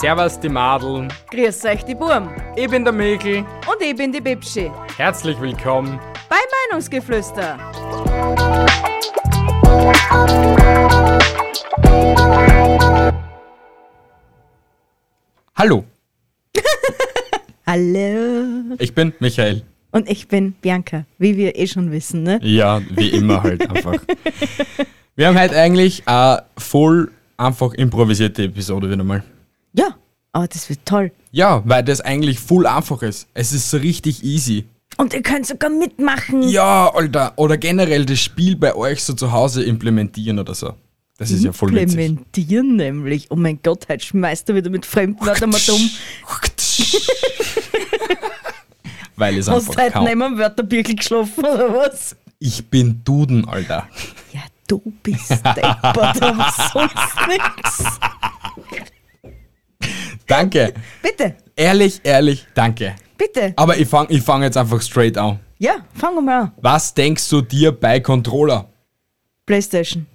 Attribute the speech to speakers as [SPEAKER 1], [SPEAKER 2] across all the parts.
[SPEAKER 1] Servus die Madel,
[SPEAKER 2] Grüß euch die Burm
[SPEAKER 1] ich bin der Mikl,
[SPEAKER 2] und ich bin die Bibschi
[SPEAKER 1] herzlich willkommen.
[SPEAKER 2] bei Meinungsgeflüster.
[SPEAKER 1] Hallo,
[SPEAKER 2] Hallo.
[SPEAKER 1] ich bin Michael.
[SPEAKER 2] Und ich bin Bianca, wie wir eh schon wissen, ne?
[SPEAKER 1] Ja, wie immer halt einfach. Wir haben heute eigentlich eine voll einfach improvisierte Episode wieder mal.
[SPEAKER 2] Ja, aber das wird toll.
[SPEAKER 1] Ja, weil das eigentlich voll einfach ist. Es ist richtig easy.
[SPEAKER 2] Und ihr könnt sogar mitmachen.
[SPEAKER 1] Ja, Alter, oder generell das Spiel bei euch so zu Hause implementieren oder so. Das ist ja voll witzig.
[SPEAKER 2] Implementieren nämlich. Oh mein Gott, heute schmeißt er wieder mit Fremdwörtern mal um.
[SPEAKER 1] Weil es
[SPEAKER 2] Hast
[SPEAKER 1] einfach
[SPEAKER 2] heute
[SPEAKER 1] kaum.
[SPEAKER 2] neben einem Wörterbirkel geschlafen oder was?
[SPEAKER 1] Ich bin Duden, Alter.
[SPEAKER 2] Ja, du bist deppert, aber sonst nichts.
[SPEAKER 1] Danke.
[SPEAKER 2] Bitte,
[SPEAKER 1] Ehrlich, ehrlich, danke.
[SPEAKER 2] bitte.
[SPEAKER 1] Aber ich fange ich fang jetzt einfach straight an.
[SPEAKER 2] Ja, fangen wir mal an.
[SPEAKER 1] Was denkst du dir bei Controller?
[SPEAKER 2] Playstation.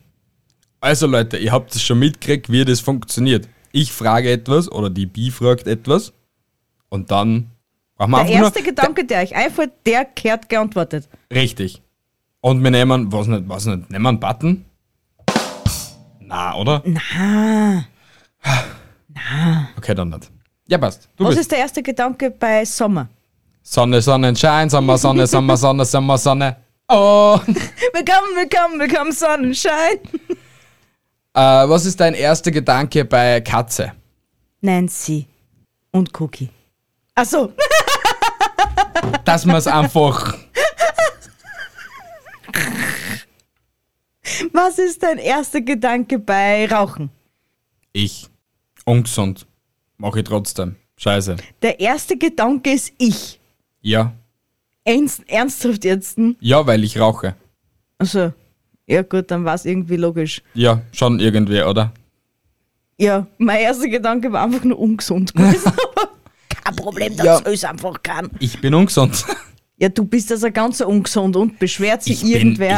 [SPEAKER 1] Also Leute, ihr habt es schon mitgekriegt, wie das funktioniert. Ich frage etwas oder die Bi fragt etwas und dann machen wir
[SPEAKER 2] Der
[SPEAKER 1] einfach
[SPEAKER 2] erste
[SPEAKER 1] nur,
[SPEAKER 2] Gedanke, der euch einfällt, der kehrt geantwortet.
[SPEAKER 1] Richtig. Und wir nehmen, was nicht, was nicht, nehmen wir einen Button? Na, oder? Ah.
[SPEAKER 2] Na,
[SPEAKER 1] Okay, dann nicht. Ja, passt. Du
[SPEAKER 2] was
[SPEAKER 1] bist.
[SPEAKER 2] ist der erste Gedanke bei Sommer?
[SPEAKER 1] Sonne, Sonnenschein, Sommer, Sonne, Sommer, Sonne, Sommer, Sonne. Oh.
[SPEAKER 2] Willkommen, willkommen, willkommen, Sonnenschein.
[SPEAKER 1] Äh, was ist dein erster Gedanke bei Katze?
[SPEAKER 2] Nancy und Cookie. Also, Achso,
[SPEAKER 1] Dass man es einfach.
[SPEAKER 2] was ist dein erster Gedanke bei Rauchen?
[SPEAKER 1] Ich. Ungesund. Mache ich trotzdem. Scheiße.
[SPEAKER 2] Der erste Gedanke ist ich.
[SPEAKER 1] Ja.
[SPEAKER 2] Ernst, ernsthaft jetzt? hm?
[SPEAKER 1] Ja, weil ich rauche.
[SPEAKER 2] Also, ja gut, dann war es irgendwie logisch.
[SPEAKER 1] Ja, schon irgendwie, oder?
[SPEAKER 2] Ja, mein erster Gedanke war einfach nur ungesund. gewesen. Kein Problem, dass
[SPEAKER 1] Ja.
[SPEAKER 2] es einfach kann.
[SPEAKER 1] Ich bin ungesund.
[SPEAKER 2] Ja, du bist also ganz so ungesund und beschwert sich irgendwer.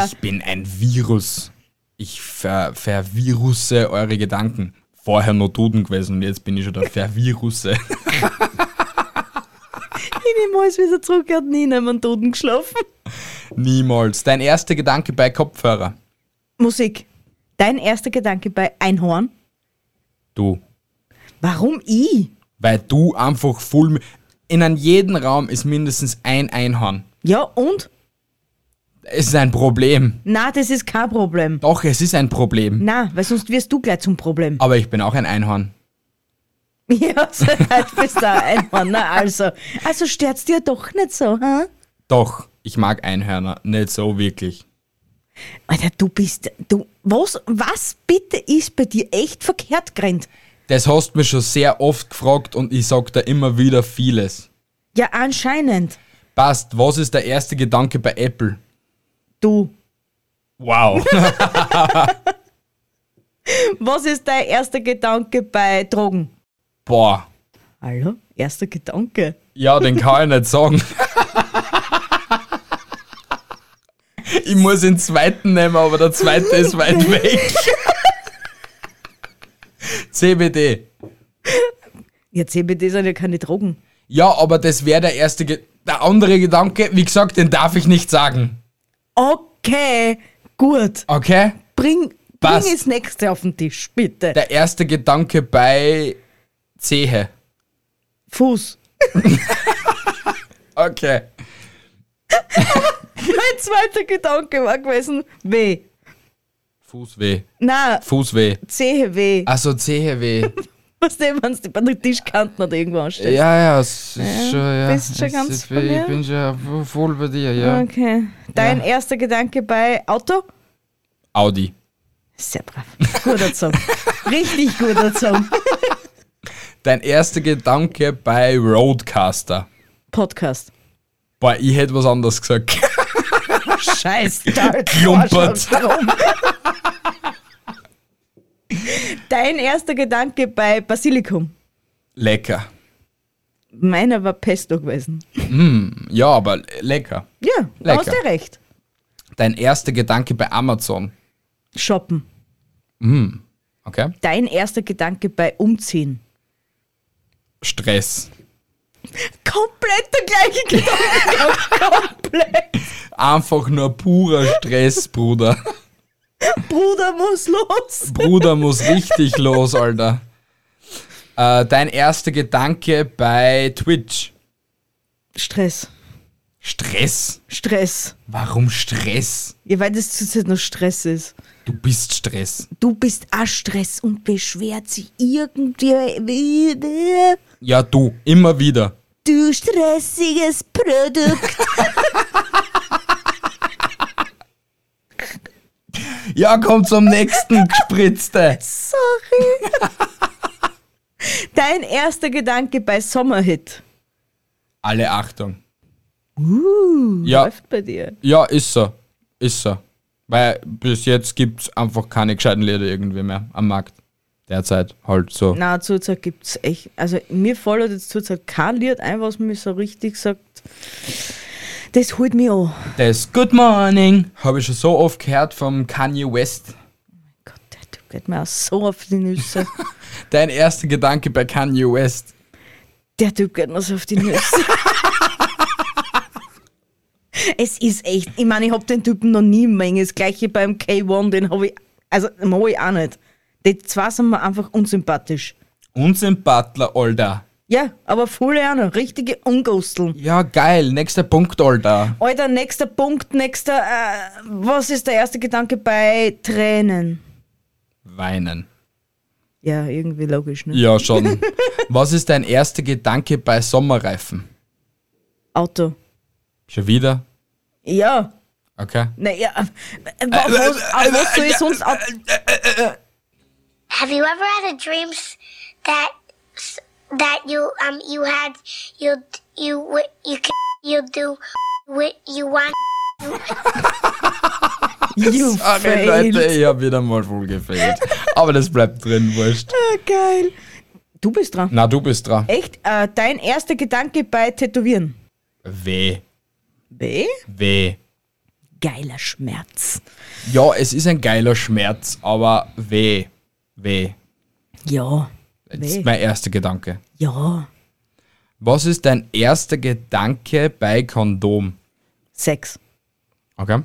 [SPEAKER 1] Bin, ich bin ein Virus. Ich ver, verviruse eure Gedanken. Vorher nur Duden gewesen und jetzt bin ich schon der Verviruse.
[SPEAKER 2] Ich nehme alles wieder zurück, er hat nie in einem Toten geschlafen.
[SPEAKER 1] Niemals. Dein erster Gedanke bei Kopfhörer.
[SPEAKER 2] Musik. Dein erster Gedanke bei Einhorn?
[SPEAKER 1] Du.
[SPEAKER 2] Warum ich?
[SPEAKER 1] Weil du einfach voll. mi- In einem jeden Raum ist mindestens ein Einhorn.
[SPEAKER 2] Ja, und?
[SPEAKER 1] Es ist ein Problem.
[SPEAKER 2] Na, das ist kein Problem.
[SPEAKER 1] Doch, es ist ein Problem.
[SPEAKER 2] Na, weil sonst wirst du gleich zum Problem.
[SPEAKER 1] Aber ich bin auch ein Einhorn.
[SPEAKER 2] Ja, seit heute bist du ein Einhorn. Na, also, also stört's dir doch nicht so, ha?
[SPEAKER 1] Doch, ich mag Einhörner. Nicht so wirklich.
[SPEAKER 2] Alter, du bist, du, was, was bitte ist bei dir echt verkehrt gerannt?
[SPEAKER 1] Das hast du mir schon sehr oft gefragt und ich sag da immer wieder vieles.
[SPEAKER 2] Ja, anscheinend.
[SPEAKER 1] Passt, was ist der erste Gedanke bei Apple?
[SPEAKER 2] Du.
[SPEAKER 1] Wow.
[SPEAKER 2] Was ist dein erster Gedanke bei Drogen?
[SPEAKER 1] Boah.
[SPEAKER 2] Hallo? Erster Gedanke?
[SPEAKER 1] Ja, den kann ich nicht sagen. Ich muss den zweiten nehmen, aber der zweite ist weit weg. CBD.
[SPEAKER 2] Ja, CBD sind ja keine Drogen.
[SPEAKER 1] Ja, aber das wäre der erste, Ge der andere Gedanke. Wie gesagt, den darf ich nicht sagen.
[SPEAKER 2] Okay, gut.
[SPEAKER 1] Okay?
[SPEAKER 2] Bring, bring
[SPEAKER 1] Passt.
[SPEAKER 2] das nächste auf den Tisch, bitte.
[SPEAKER 1] Der erste Gedanke bei Zehe.
[SPEAKER 2] Fuß.
[SPEAKER 1] Okay.
[SPEAKER 2] Mein zweiter Gedanke war gewesen, weh.
[SPEAKER 1] Fußweh.
[SPEAKER 2] Na,
[SPEAKER 1] Fußweh.
[SPEAKER 2] Zehe weh.
[SPEAKER 1] Also Zehe weh.
[SPEAKER 2] Was denn, wenn du bei den Tischkanten oder irgendwo anstehst?
[SPEAKER 1] Ja, ja, es ist schon, ja.
[SPEAKER 2] bist schon
[SPEAKER 1] Es
[SPEAKER 2] ganz
[SPEAKER 1] ist-
[SPEAKER 2] bei mir?
[SPEAKER 1] Ich bin schon voll bei dir, ja.
[SPEAKER 2] Okay. Dein erster Gedanke bei Auto?
[SPEAKER 1] Audi.
[SPEAKER 2] Sehr brav. Guter Song. Richtig guter Song.
[SPEAKER 1] dein erster Gedanke bei Roadcaster?
[SPEAKER 2] Podcast.
[SPEAKER 1] Boah, ich hätte was anderes gesagt.
[SPEAKER 2] Scheiß Dart.
[SPEAKER 1] Klumpert.
[SPEAKER 2] Drum. Dein erster Gedanke bei Basilikum.
[SPEAKER 1] Lecker.
[SPEAKER 2] Meiner war Pesto gewesen.
[SPEAKER 1] Ja, aber lecker.
[SPEAKER 2] Ja, da
[SPEAKER 1] Lecker.
[SPEAKER 2] hast du recht.
[SPEAKER 1] Dein erster Gedanke bei Amazon.
[SPEAKER 2] Shoppen.
[SPEAKER 1] Okay.
[SPEAKER 2] Dein erster Gedanke bei Umziehen.
[SPEAKER 1] Stress.
[SPEAKER 2] Komplett der gleiche Gedanke. Komplett.
[SPEAKER 1] Einfach nur purer Stress, Bruder.
[SPEAKER 2] Bruder muss los.
[SPEAKER 1] Bruder muss richtig los, Alter. Äh, dein erster Gedanke bei Twitch.
[SPEAKER 2] Stress.
[SPEAKER 1] Stress.
[SPEAKER 2] Stress.
[SPEAKER 1] Warum Stress?
[SPEAKER 2] Ja, weil das zurzeit noch Stress ist.
[SPEAKER 1] Du bist Stress.
[SPEAKER 2] Du bist auch Stress und beschwert sich irgendwie wieder.
[SPEAKER 1] Ja, du. Immer wieder.
[SPEAKER 2] Du stressiges Produkt.
[SPEAKER 1] Ja, komm zum nächsten Gespritzte.
[SPEAKER 2] Sorry. Dein erster Gedanke bei Sommerhit.
[SPEAKER 1] Alle Achtung. ja,
[SPEAKER 2] Läuft bei dir.
[SPEAKER 1] ja, ist so. Ist so. Weil bis jetzt gibt's einfach keine gescheiten Lieder irgendwie mehr am Markt. Derzeit halt so.
[SPEAKER 2] Na, zurzeit gibt es echt. Also, mir fällt jetzt zurzeit kein Lied ein, was mir so richtig sagt. Das holt mich an.
[SPEAKER 1] Das Good Morning habe ich schon so oft gehört vom Kanye West.
[SPEAKER 2] Gott, der Typ geht mir auch so auf die Nüsse.
[SPEAKER 1] Dein erster Gedanke bei Kanye West.
[SPEAKER 2] Der Typ geht mir so auf die Nüsse. es ist echt, ich meine, ich habe den Typen noch nie Menge. Das gleiche beim K1, den habe ich, also mag ich auch nicht. Die zwei sind mir einfach unsympathisch.
[SPEAKER 1] Unsympathler, Alter.
[SPEAKER 2] Ja, aber volle auch noch, richtige Ungosteln.
[SPEAKER 1] Ja, geil. Nächster Punkt, Alter.
[SPEAKER 2] Alter, nächster Punkt, nächster, äh, was ist der erste Gedanke bei Tränen?
[SPEAKER 1] Weinen.
[SPEAKER 2] Ja, irgendwie logisch, ne?
[SPEAKER 1] Ja, schon. Was ist dein erster Gedanke bei Sommerreifen?
[SPEAKER 2] Auto.
[SPEAKER 1] Schon wieder?
[SPEAKER 2] Ja,
[SPEAKER 1] Okay.
[SPEAKER 2] naja,
[SPEAKER 1] Äh,
[SPEAKER 2] was, auf was soll ich sonst ab
[SPEAKER 3] Have you ever had a dream s- that s- that you um you had you you wi- you can you do wi- you want
[SPEAKER 2] You
[SPEAKER 1] äh, Sorry,
[SPEAKER 2] failed.
[SPEAKER 1] Ah, Leute, ich hab wieder mal wohl gefehlt. Aber das bleibt drin, wurscht.
[SPEAKER 2] Ah, geil. Du bist dran.
[SPEAKER 1] Na, du bist dran.
[SPEAKER 2] Echt? Äh, dein erster Gedanke bei Tätowieren?
[SPEAKER 1] Weh.
[SPEAKER 2] Weh?
[SPEAKER 1] Weh.
[SPEAKER 2] Geiler Schmerz.
[SPEAKER 1] Ja, es ist ein geiler Schmerz, aber weh. Weh.
[SPEAKER 2] Ja.
[SPEAKER 1] Das ist
[SPEAKER 2] Weh.
[SPEAKER 1] mein erster Gedanke.
[SPEAKER 2] Ja.
[SPEAKER 1] Was ist dein erster Gedanke bei Kondom?
[SPEAKER 2] Sex.
[SPEAKER 1] Okay.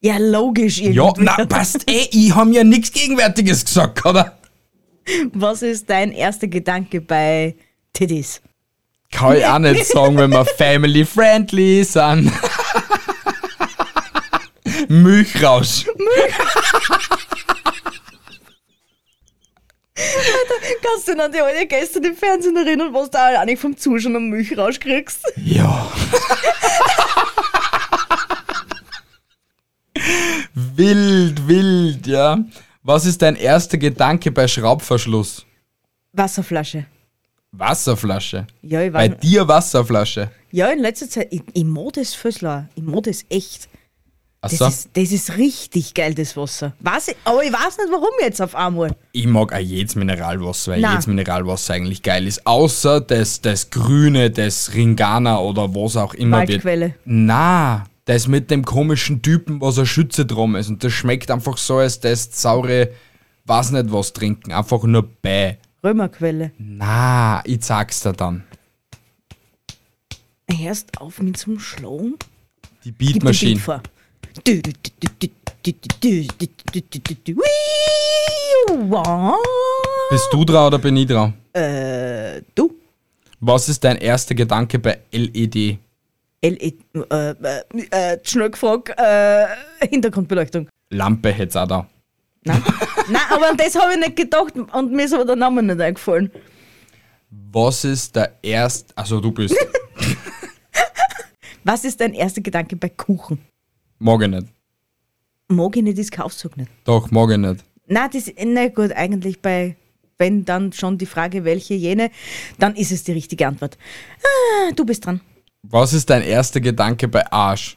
[SPEAKER 2] Ja, logisch. Irgendwie.
[SPEAKER 1] Ja, na passt eh, ich hab ja nichts Gegenwärtiges gesagt, oder?
[SPEAKER 2] Was ist dein erster Gedanke bei Titties?
[SPEAKER 1] Kann ich auch nicht sagen, wenn wir family friendly sind. Milchrausch.
[SPEAKER 2] Kannst du dich an die alte gestern im Fernsehen erinnern, was du auch nicht vom Zuschauen am Milch rauskriegst?
[SPEAKER 1] Ja. wild, wild, ja. Was ist dein erster Gedanke bei Schraubverschluss?
[SPEAKER 2] Wasserflasche.
[SPEAKER 1] Wasserflasche.
[SPEAKER 2] Ja, ich
[SPEAKER 1] Bei
[SPEAKER 2] war,
[SPEAKER 1] dir Wasserflasche.
[SPEAKER 2] ja, in letzter Zeit, ich, ich mag das Füßler. Ich mag das echt. Das,
[SPEAKER 1] Achso,
[SPEAKER 2] ist, das ist richtig geil, das Wasser. Weiß ich, aber ich weiß nicht, warum jetzt auf einmal.
[SPEAKER 1] ich mag auch jedes Mineralwasser, weil
[SPEAKER 2] Nein.
[SPEAKER 1] jedes Mineralwasser eigentlich geil ist. Außer das, das Grüne, das Ringana oder was auch immer
[SPEAKER 2] Waldquelle.
[SPEAKER 1] wird. Na, das mit dem komischen Typen, was ein Schütze drum ist. Und das schmeckt einfach so, als das saure, weiß nicht was trinken. Einfach nur bäh.
[SPEAKER 2] Römerquelle.
[SPEAKER 1] Na, ich sag's dir dann.
[SPEAKER 2] Hörst auf mit zum Schlagen?
[SPEAKER 1] Die
[SPEAKER 2] Gib den Beat
[SPEAKER 1] Beatmaschine.
[SPEAKER 2] vor. Du, du, du, du, du, du, du, du, du, du, du, du, wii, wa.
[SPEAKER 1] Bist du dran oder bin ich dran?
[SPEAKER 2] Du,
[SPEAKER 1] Was ist dein erster Gedanke bei E LED?
[SPEAKER 2] LED, äh, äh, äh, schnell gefragt, äh, Hintergrundbeleuchtung.
[SPEAKER 1] Lampe hätt's auch da.
[SPEAKER 2] Nein, Nein aber an das habe ich nicht gedacht und mir ist aber der Name nicht eingefallen.
[SPEAKER 1] Was ist der erst... Also du bist...
[SPEAKER 2] Was ist dein erster Gedanke bei Kuchen?
[SPEAKER 1] Mag ich nicht.
[SPEAKER 2] Mag ich nicht, das kaufst du nicht.
[SPEAKER 1] Doch, mag ich nicht.
[SPEAKER 2] Nein, das, na gut, eigentlich bei wenn dann schon die Frage, welche jene, dann ist es die richtige Antwort. Ah, du bist dran.
[SPEAKER 1] Was ist dein erster Gedanke bei Arsch?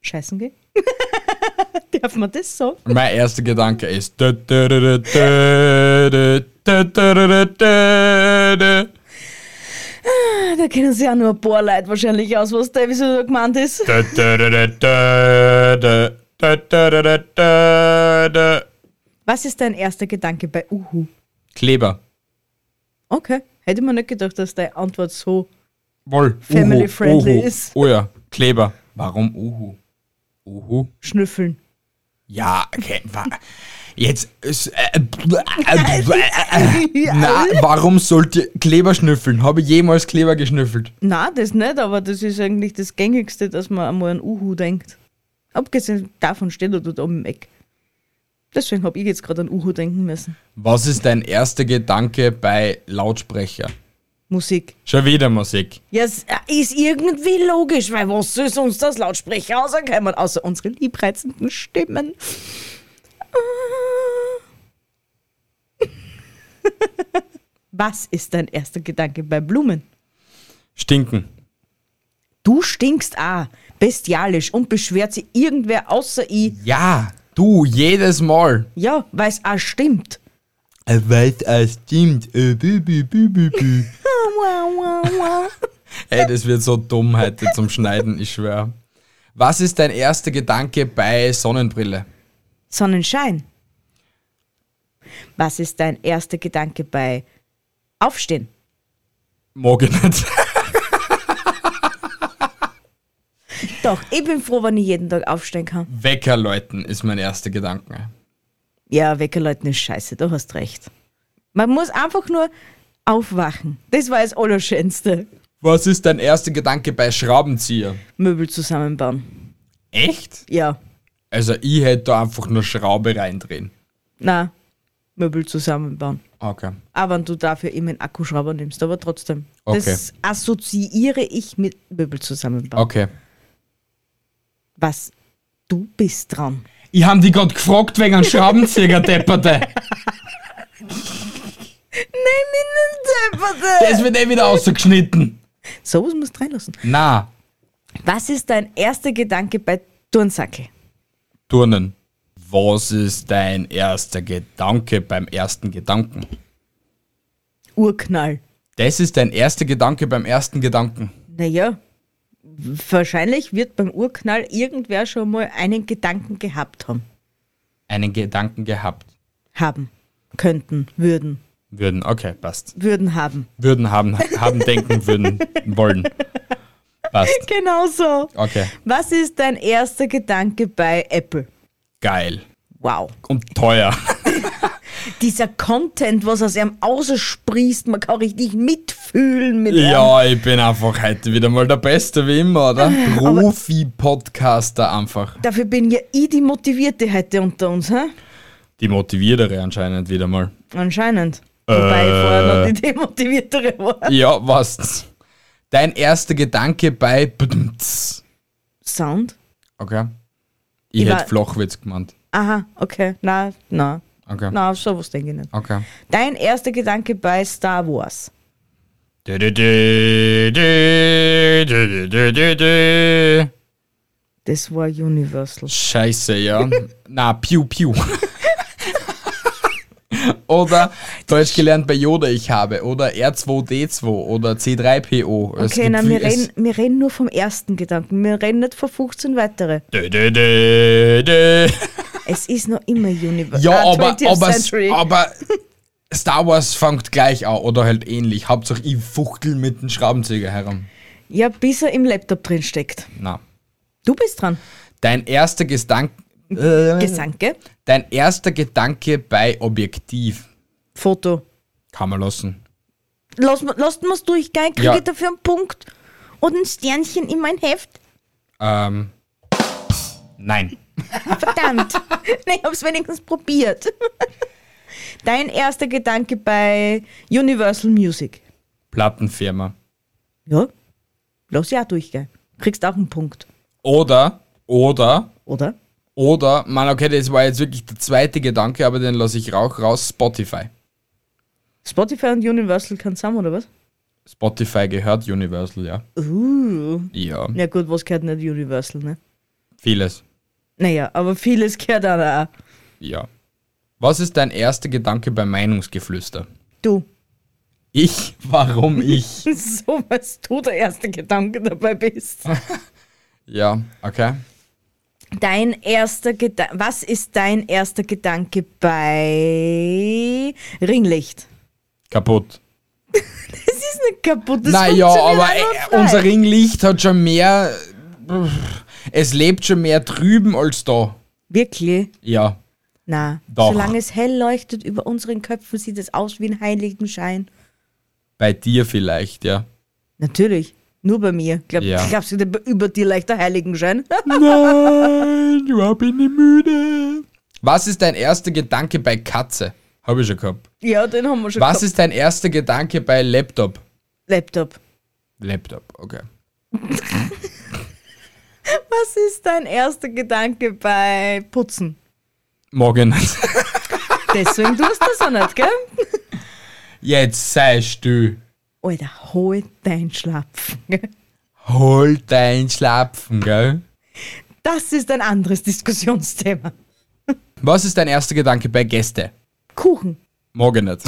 [SPEAKER 2] Scheißen gehen? Darf man das so?
[SPEAKER 1] Mein erster Gedanke ist. dö, dö, dö, dö, dö, dö, dö, dö, dö, dö.
[SPEAKER 2] Ah, Da kennen sich ja nur ein paar Leute wahrscheinlich aus, was da, wieso da gemeint ist.
[SPEAKER 1] Dö, dö, dö, dö, dö, dö. Dö, dö, dö, dö, dö, dö.
[SPEAKER 2] Was ist dein erster Gedanke bei Uhu?
[SPEAKER 1] Kleber.
[SPEAKER 2] Okay, hätte man nicht gedacht, dass deine Antwort so.
[SPEAKER 1] Woll.
[SPEAKER 2] Family
[SPEAKER 1] Uhu,
[SPEAKER 2] friendly
[SPEAKER 1] Uhu.
[SPEAKER 2] ist.
[SPEAKER 1] Oh ja, Kleber. Warum Uhu? Uhu?
[SPEAKER 2] Schnüffeln.
[SPEAKER 1] Ja, okay. wa- Jetzt. ist- Äh, äh, äh, na, warum sollte Kleber schnüffeln? Habe ich jemals Kleber geschnüffelt?
[SPEAKER 2] Na, das nicht, aber das ist eigentlich das Gängigste, dass man einmal an Uhu denkt. Abgesehen davon steht er dort oben im Eck. Deswegen habe ich jetzt gerade an Uhu denken müssen.
[SPEAKER 1] Was ist dein erster Gedanke bei Lautsprecher?
[SPEAKER 2] Musik.
[SPEAKER 1] Schon wieder Musik.
[SPEAKER 2] Ja, es äh, ist irgendwie logisch, weil was soll sonst das Lautsprecher rauskommen, außer unsere liebreizenden Stimmen. Ah. Was ist dein erster Gedanke bei Blumen?
[SPEAKER 1] Stinken.
[SPEAKER 2] Du stinkst auch bestialisch und beschwert sich irgendwer außer ich.
[SPEAKER 1] Ja, du, jedes Mal.
[SPEAKER 2] Ja, weil es auch stimmt.
[SPEAKER 1] Äh, Weil es stimmt. Äh, bü, bü, bü, bü, bü. Ey, das wird so dumm heute zum Schneiden, ich schwör. Was ist dein erster Gedanke bei Sonnenbrille?
[SPEAKER 2] Sonnenschein. Was ist dein erster Gedanke bei Aufstehen?
[SPEAKER 1] Morgen nicht.
[SPEAKER 2] Doch, ich bin froh, wenn ich jeden Tag aufstehen kann.
[SPEAKER 1] Wecker läuten ist mein erster Gedanke.
[SPEAKER 2] Ja, Weckerleuten ist scheiße, du hast recht. Man muss einfach nur aufwachen. Das war das Allerschönste.
[SPEAKER 1] Was ist dein erster Gedanke bei Schraubenzieher?
[SPEAKER 2] Möbel zusammenbauen.
[SPEAKER 1] Echt?
[SPEAKER 2] Ja,
[SPEAKER 1] Also ich hätte da einfach nur Schraube reindrehen.
[SPEAKER 2] na, Möbel zusammenbauen.
[SPEAKER 1] Okay.
[SPEAKER 2] Aber wenn du dafür eben einen Akkuschrauber nimmst, aber trotzdem. Das assoziiere ich mit Möbel zusammenbauen.
[SPEAKER 1] Okay.
[SPEAKER 2] Was? Du bist dran.
[SPEAKER 1] Ich habe die gerade gefragt wegen einem Schraubenzieher, Depperte. Das wird eh wieder ausgeschnitten.
[SPEAKER 2] So was musst du reinlassen.
[SPEAKER 1] Na,
[SPEAKER 2] Was ist dein erster Gedanke bei Turnsackel?
[SPEAKER 1] Turnen. Was ist dein erster Gedanke beim ersten Gedanken?
[SPEAKER 2] Urknall.
[SPEAKER 1] Das ist dein erster Gedanke beim ersten Gedanken.
[SPEAKER 2] Naja, wahrscheinlich wird beim Urknall irgendwer schon mal einen Gedanken gehabt haben.
[SPEAKER 1] Einen Gedanken gehabt.
[SPEAKER 2] Haben. Könnten. Würden.
[SPEAKER 1] Würden, okay, passt.
[SPEAKER 2] Würden haben.
[SPEAKER 1] Würden haben, haben denken, würden, wollen. Passt.
[SPEAKER 2] Genau so.
[SPEAKER 1] Okay.
[SPEAKER 2] Was ist dein erster Gedanke bei Apple?
[SPEAKER 1] Geil.
[SPEAKER 2] Wow.
[SPEAKER 1] Und teuer.
[SPEAKER 2] Dieser Content, was aus ihm aussprießt, man kann richtig mitfühlen mit ihm.
[SPEAKER 1] Ja, ich bin einfach heute wieder mal der Beste wie immer, oder? Profi-Podcaster einfach.
[SPEAKER 2] Dafür bin ja ich die Motivierte heute unter uns, hä?
[SPEAKER 1] Die motiviertere anscheinend wieder mal.
[SPEAKER 2] Anscheinend. Wobei ich vorher noch die demotiviertere war.
[SPEAKER 1] Ja, was? Dein erster Gedanke bei Bedumts.
[SPEAKER 2] Sound?
[SPEAKER 1] Okay. Ich,
[SPEAKER 2] Ich
[SPEAKER 1] hätte
[SPEAKER 2] war-
[SPEAKER 1] Flachwitz gemeint.
[SPEAKER 2] Aha, okay. Na, na.
[SPEAKER 1] Okay.
[SPEAKER 2] Na, auf sowas denke ich nicht.
[SPEAKER 1] Okay.
[SPEAKER 2] Dein erster Gedanke bei Star Wars.
[SPEAKER 1] Dö, dö, dö, dö, dö, dö, dö, dö.
[SPEAKER 2] Das war Universal.
[SPEAKER 1] Scheiße, ja. Na, Piu Piu. oder Deutsch gelernt bei Yoda ich habe. Oder R2D2 oder C3PO. Es
[SPEAKER 2] Okay,
[SPEAKER 1] gibt
[SPEAKER 2] nein,
[SPEAKER 1] viel-
[SPEAKER 2] wir
[SPEAKER 1] es-
[SPEAKER 2] reden, wir reden nur vom ersten Gedanken. Wir reden nicht von 15 weitere.
[SPEAKER 1] Dö, dö, dö, dö.
[SPEAKER 2] Es ist noch immer Universal.
[SPEAKER 1] Ja, aber,
[SPEAKER 2] 20th
[SPEAKER 1] aber,
[SPEAKER 2] Ah, Century.
[SPEAKER 1] aber Star Wars fängt gleich an oder halt ähnlich. Hauptsache ich fuchtel mit dem Schraubenzieher herum.
[SPEAKER 2] ja, bis er im Laptop drin steckt.
[SPEAKER 1] Na.
[SPEAKER 2] Du bist dran.
[SPEAKER 1] Dein erster Gedanke.
[SPEAKER 2] Äh. Gesanke.
[SPEAKER 1] Dein erster Gedanke bei Objektiv.
[SPEAKER 2] Foto.
[SPEAKER 1] Kann man lassen.
[SPEAKER 2] Lass, ma- lasst uns durchgehen, kriege
[SPEAKER 1] Ja.
[SPEAKER 2] ich dafür einen Punkt und ein Sternchen in mein Heft.
[SPEAKER 1] Ähm, nein.
[SPEAKER 2] Verdammt. Nein, ich hab's wenigstens probiert. Dein erster Gedanke bei Universal Music.
[SPEAKER 1] Plattenfirma.
[SPEAKER 2] Ja. Lass ja durchgehen. Kriegst auch einen Punkt,
[SPEAKER 1] Oder, oder,
[SPEAKER 2] oder?
[SPEAKER 1] oder, man, okay, das war jetzt wirklich der zweite Gedanke, aber den lasse ich auch raus. Spotify.
[SPEAKER 2] Spotify und Universal kann zusammen, oder was?
[SPEAKER 1] Spotify gehört Universal, ja.
[SPEAKER 2] Uh.
[SPEAKER 1] Ja.
[SPEAKER 2] Na gut, was gehört nicht Universal, ne?
[SPEAKER 1] Vieles.
[SPEAKER 2] Naja, aber vieles gehört auch. noch.
[SPEAKER 1] Ja. Was ist dein erster Gedanke bei Meinungsgeflüster?
[SPEAKER 2] Du.
[SPEAKER 1] Ich, warum ich?
[SPEAKER 2] So, was du der erste Gedanke dabei bist.
[SPEAKER 1] ja, okay.
[SPEAKER 2] Dein erster Gedanke. Was ist dein erster Gedanke bei Ringlicht?
[SPEAKER 1] Kaputt.
[SPEAKER 2] Das ist nicht kaputt. Das
[SPEAKER 1] naja,
[SPEAKER 2] funktioniert
[SPEAKER 1] aber
[SPEAKER 2] einwandfrei.
[SPEAKER 1] äh, unser Ringlicht hat schon mehr. äh, Es lebt schon mehr drüben als da.
[SPEAKER 2] Wirklich?
[SPEAKER 1] Ja.
[SPEAKER 2] Na,
[SPEAKER 1] Doch.
[SPEAKER 2] solange es hell leuchtet über unseren Köpfen, sieht es aus wie ein Heiligenschein.
[SPEAKER 1] Bei dir vielleicht, ja.
[SPEAKER 2] Natürlich, nur bei mir. Glaub,
[SPEAKER 1] Ja.
[SPEAKER 2] Glaubst du, der- über dir leichter Heiligenschein?
[SPEAKER 1] Nein, ja, bin ich müde. Was ist dein erster Gedanke bei Katze? Habe ich schon gehabt.
[SPEAKER 2] ja, den haben wir schon.
[SPEAKER 1] Was
[SPEAKER 2] gehabt.
[SPEAKER 1] ist dein erster Gedanke bei Laptop?
[SPEAKER 2] Laptop.
[SPEAKER 1] Laptop, okay.
[SPEAKER 2] Was ist dein erster Gedanke bei Putzen?
[SPEAKER 1] Morgen.
[SPEAKER 2] Deswegen tust du das auch nicht, gell?
[SPEAKER 1] Jetzt sei still.
[SPEAKER 2] Alter, hol dein Schlapfen. gell?
[SPEAKER 1] Hol dein Schlapfen, gell?
[SPEAKER 2] Das ist ein anderes Diskussionsthema.
[SPEAKER 1] Was ist dein erster Gedanke bei Gäste?
[SPEAKER 2] Kuchen.
[SPEAKER 1] Morgen nicht.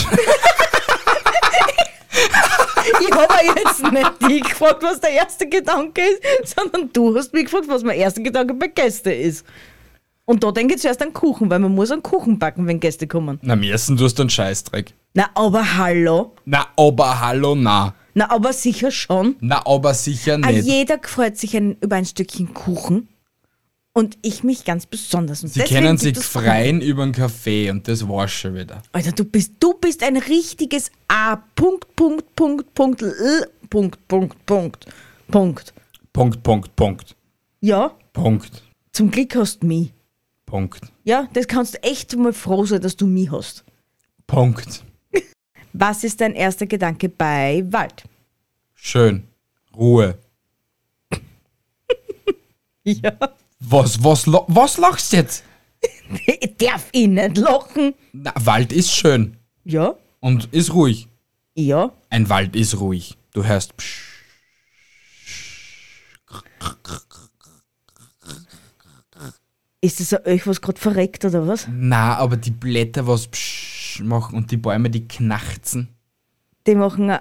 [SPEAKER 2] Ich habe jetzt nicht dich gefragt, was der erste Gedanke ist, sondern du hast mich gefragt, was mein erster Gedanke bei Gäste ist. Und da denke ich zuerst an Kuchen, weil man muss einen Kuchen backen, wenn Gäste kommen.
[SPEAKER 1] Na, am ersten tust du einen Scheißdreck.
[SPEAKER 2] Na, aber hallo.
[SPEAKER 1] Na, aber hallo, na.
[SPEAKER 2] Na, aber sicher schon.
[SPEAKER 1] Na, aber sicher
[SPEAKER 2] Ah,
[SPEAKER 1] nicht.
[SPEAKER 2] jeder freut sich ein, über ein Stückchen Kuchen. Und ich mich ganz besonders. Und
[SPEAKER 1] Sie
[SPEAKER 2] deswegen
[SPEAKER 1] können sich
[SPEAKER 2] gibt es
[SPEAKER 1] freien über einen Kaffee und das war's schon wieder.
[SPEAKER 2] Alter, du bist, du bist ein richtiges A. Punkt, Punkt, Punkt, Punkt, L. Punkt, Punkt, Punkt, Punkt.
[SPEAKER 1] Punkt, Punkt, Punkt.
[SPEAKER 2] Ja,
[SPEAKER 1] Punkt,
[SPEAKER 2] zum Glück hast du mich.
[SPEAKER 1] Punkt,
[SPEAKER 2] Ja, das kannst du echt mal froh sein, dass du mich hast.
[SPEAKER 1] Punkt.
[SPEAKER 2] Was ist dein erster Gedanke bei Wald?
[SPEAKER 1] Schön. Ruhe.
[SPEAKER 2] Ja.
[SPEAKER 1] Was, was, lo- was lachst jetzt?
[SPEAKER 2] Ich darf ihn nicht lachen.
[SPEAKER 1] Na, Wald ist schön
[SPEAKER 2] Ja,
[SPEAKER 1] und ist ruhig.
[SPEAKER 2] ja.
[SPEAKER 1] Ein Wald ist ruhig. Du hörst. Psch.
[SPEAKER 2] Ist das an euch was gerade verreckt oder was?
[SPEAKER 1] Na, aber die Blätter was psch machen und die Bäume, die knarzen.
[SPEAKER 2] Die machen ein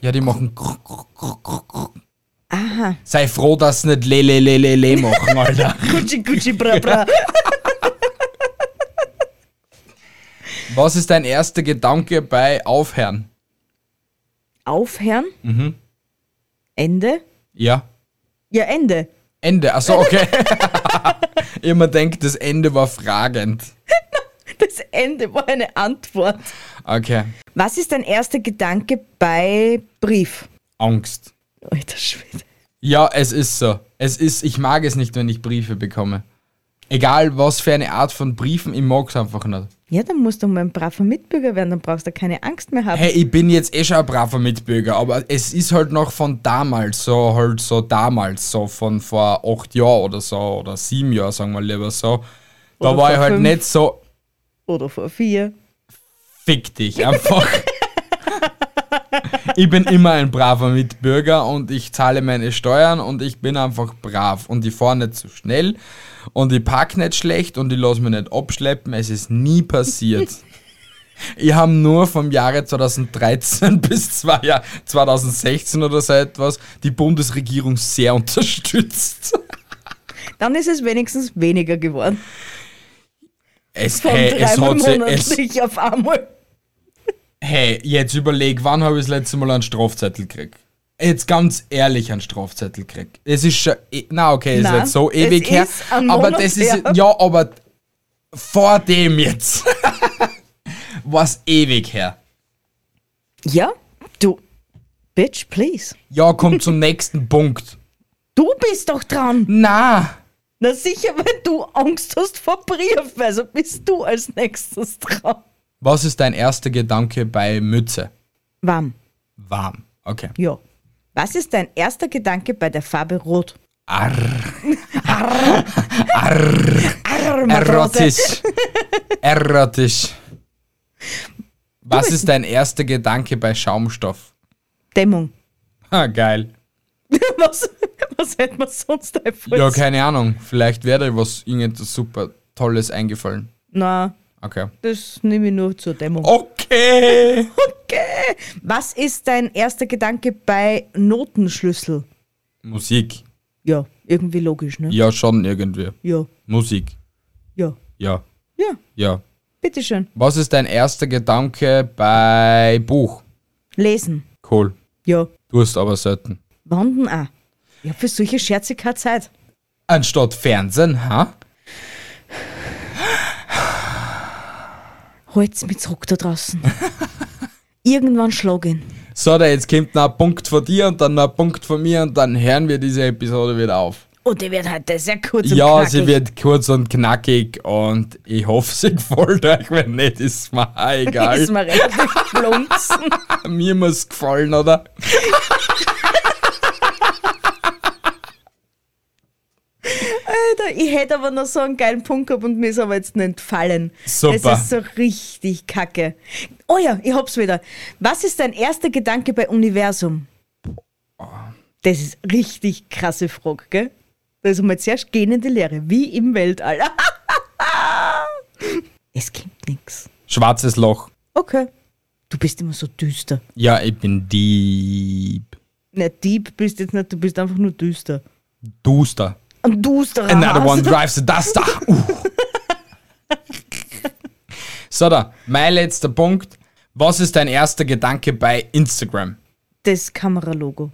[SPEAKER 1] Ja, die machen. Aha. Sei froh, dass sie nicht le le le le le machen, Alter.
[SPEAKER 2] Gucci Gucci Bra Bra.
[SPEAKER 1] Was ist dein erster Gedanke bei Aufhören?
[SPEAKER 2] Aufhören?
[SPEAKER 1] Mhm.
[SPEAKER 2] Ende?
[SPEAKER 1] Ja.
[SPEAKER 2] Ja, Ende.
[SPEAKER 1] Ende. Achso, okay. Immer denkt, das Ende war fragend.
[SPEAKER 2] Das Ende war eine Antwort.
[SPEAKER 1] Okay.
[SPEAKER 2] Was ist dein erster Gedanke bei Brief?
[SPEAKER 1] Angst.
[SPEAKER 2] Alter Schwede.
[SPEAKER 1] Ja, es ist so. Es ist, ich mag es nicht, wenn ich Briefe bekomme. Egal was für eine Art von Briefen, ich mag es einfach nicht.
[SPEAKER 2] Ja, dann musst du mal ein braver Mitbürger werden, dann brauchst du keine Angst mehr haben.
[SPEAKER 1] Hey, ich bin jetzt eh schon ein braver Mitbürger, aber es ist halt noch von damals, so halt so damals, so von vor acht Jahren oder so, oder sieben Jahren, sagen wir lieber so. Da
[SPEAKER 2] Oder
[SPEAKER 1] war
[SPEAKER 2] vor
[SPEAKER 1] ich halt
[SPEAKER 2] fünf.
[SPEAKER 1] nicht so,
[SPEAKER 2] Oder vor vier.
[SPEAKER 1] fick dich einfach. ich bin immer ein braver Mitbürger und ich zahle meine Steuern und ich bin einfach brav und ich fahre nicht zu schnell und ich park nicht schlecht und ich lasse mich nicht abschleppen. Es ist nie passiert. Ich habe nur vom Jahre 2013 bis zwei Jahr 2016 oder so etwas die Bundesregierung sehr unterstützt.
[SPEAKER 2] Dann ist es wenigstens weniger geworden.
[SPEAKER 1] Es,
[SPEAKER 2] Von
[SPEAKER 1] hey,
[SPEAKER 2] drei
[SPEAKER 1] es hat sie, es,
[SPEAKER 2] monatlich auf einmal.
[SPEAKER 1] Hey, jetzt überleg, wann habe ich das letzte Mal einen Strafzettel gekriegt? Jetzt ganz ehrlich einen Strafzettel gekriegt. Es ist schon. e- Na, okay, ist
[SPEAKER 2] Na,
[SPEAKER 1] jetzt so
[SPEAKER 2] es
[SPEAKER 1] ewig her.
[SPEAKER 2] ist ein
[SPEAKER 1] aber
[SPEAKER 2] Monat
[SPEAKER 1] das ist.
[SPEAKER 2] her.
[SPEAKER 1] Ja, aber vor dem jetzt. Was ewig her.
[SPEAKER 2] Ja, du. Bitch, please.
[SPEAKER 1] Ja, komm zum nächsten Punkt.
[SPEAKER 2] Du bist doch dran.
[SPEAKER 1] Na,
[SPEAKER 2] Na sicher, wenn du Angst hast vor Brief, also bist du als nächstes dran.
[SPEAKER 1] was ist dein erster Gedanke bei Mütze?
[SPEAKER 2] Warm.
[SPEAKER 1] Warm. Okay.
[SPEAKER 2] Ja. Was ist dein erster Gedanke bei der Farbe Rot?
[SPEAKER 1] Arr,
[SPEAKER 2] Arr, Matrose.
[SPEAKER 1] Äh, erotisch. erotisch. Was
[SPEAKER 2] bist-
[SPEAKER 1] ist dein erster Gedanke bei Schaumstoff?
[SPEAKER 2] Dämmung.
[SPEAKER 1] Ah, geil.
[SPEAKER 2] Was, was hätte man sonst einfach?
[SPEAKER 1] Ja, keine Ahnung. Vielleicht wäre da was irgendetwas super Tolles eingefallen.
[SPEAKER 2] Na,
[SPEAKER 1] Okay.
[SPEAKER 2] das nehme ich nur zur Dämmung.
[SPEAKER 1] Oh. Okay.
[SPEAKER 2] Okay. Was ist dein erster Gedanke bei Notenschlüssel?
[SPEAKER 1] Musik.
[SPEAKER 2] Ja, irgendwie logisch, ne?
[SPEAKER 1] Ja, schon irgendwie.
[SPEAKER 2] Ja,
[SPEAKER 1] Musik.
[SPEAKER 2] ja,
[SPEAKER 1] Ja.
[SPEAKER 2] ja.
[SPEAKER 1] Ja.
[SPEAKER 2] Bitteschön.
[SPEAKER 1] Was ist dein erster Gedanke bei Buch?
[SPEAKER 2] Lesen.
[SPEAKER 1] Cool.
[SPEAKER 2] Ja.
[SPEAKER 1] Durst aber selten.
[SPEAKER 2] Wandern auch. Ja, für solche Scherze keine Zeit.
[SPEAKER 1] Anstatt Fernsehen, ha?
[SPEAKER 2] Halt's mit zurück da draußen. Irgendwann schlag ihn.
[SPEAKER 1] So, da jetzt kommt noch ein Punkt von dir und dann noch ein Punkt von mir und dann hören wir diese Episode wieder auf.
[SPEAKER 2] Und die wird heute sehr kurz und
[SPEAKER 1] ja,
[SPEAKER 2] knackig.
[SPEAKER 1] sie wird kurz und knackig und ich hoffe, sie gefällt euch. Wenn nicht, ist mir auch egal.
[SPEAKER 2] Ist mir relativ plumpsen.
[SPEAKER 1] mir muss gefallen, oder?
[SPEAKER 2] Alter, ich hätte aber noch so einen geilen Punkt gehabt und mir ist aber jetzt nicht entfallen.
[SPEAKER 1] Super.
[SPEAKER 2] Das ist so richtig kacke. Oh ja, ich hab's wieder. Was ist dein erster Gedanke bei Universum? Das ist richtig krasse Frage, gell? Das ist einmal zuerst gehen in die Lehre, wie im Weltall. es gibt nichts.
[SPEAKER 1] Schwarzes Loch.
[SPEAKER 2] Okay. Du bist immer so düster.
[SPEAKER 1] Ja, ich bin Dieb.
[SPEAKER 2] Na, Dieb bist jetzt nicht, du bist einfach nur düster.
[SPEAKER 1] Duster.
[SPEAKER 2] Ein düsterer
[SPEAKER 1] Another
[SPEAKER 2] Hase.
[SPEAKER 1] one drives the duster. Uh. so, da, mein letzter Punkt. Was ist dein erster Gedanke bei Instagram?
[SPEAKER 2] Das Kameralogo.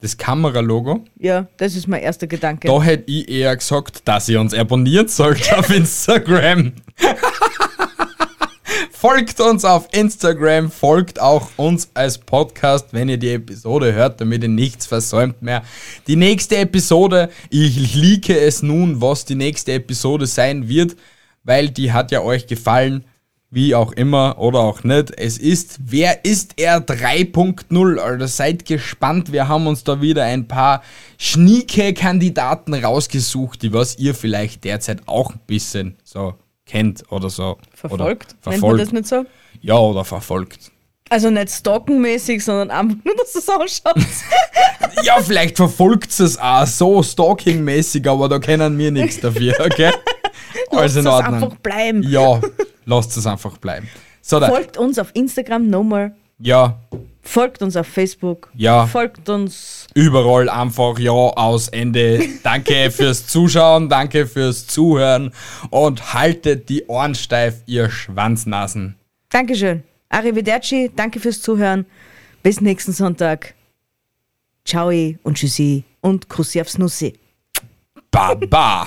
[SPEAKER 1] Das Kameralogo?
[SPEAKER 2] Ja, das ist mein erster Gedanke.
[SPEAKER 1] Da hätte ich eher gesagt, dass ihr uns abonniert sollt auf Instagram. folgt uns auf Instagram, folgt auch uns als Podcast, wenn ihr die Episode hört, damit ihr nichts versäumt mehr. Die nächste Episode, ich leake es nun, was die nächste Episode sein wird, weil die hat ja euch gefallen. Wie auch immer oder auch nicht. Es ist Wer ist er 3.0? Also seid gespannt. Wir haben uns da wieder ein paar schnieke Kandidaten rausgesucht, die was ihr vielleicht derzeit auch ein bisschen so kennt oder so.
[SPEAKER 2] verfolgt,
[SPEAKER 1] Oder
[SPEAKER 2] nennt man
[SPEAKER 1] verfolgt.
[SPEAKER 2] das nicht so?
[SPEAKER 1] Ja, oder verfolgt.
[SPEAKER 2] Also nicht stalkenmäßig, sondern einfach nur, dass du es anschaust.
[SPEAKER 1] Ja, vielleicht verfolgt es auch so stalking-mäßig, aber da kennen wir nichts dafür, okay? Also in
[SPEAKER 2] Lass es
[SPEAKER 1] Ordnung.
[SPEAKER 2] einfach bleiben.
[SPEAKER 1] Ja, lasst es einfach bleiben. So, da.
[SPEAKER 2] Folgt uns auf Instagram nochmal.
[SPEAKER 1] Ja,
[SPEAKER 2] Folgt uns auf Facebook.
[SPEAKER 1] Ja.
[SPEAKER 2] Folgt uns.
[SPEAKER 1] überall einfach ja aus Ende. Danke fürs Zuschauen, danke fürs Zuhören und haltet die Ohren steif, ihr Schwanznasen.
[SPEAKER 2] Dankeschön. Arrivederci. Danke fürs Zuhören. Bis nächsten Sonntag. Ciao und Tschüssi und Kussi aufs Nussi.
[SPEAKER 1] Baba.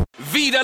[SPEAKER 4] Wieder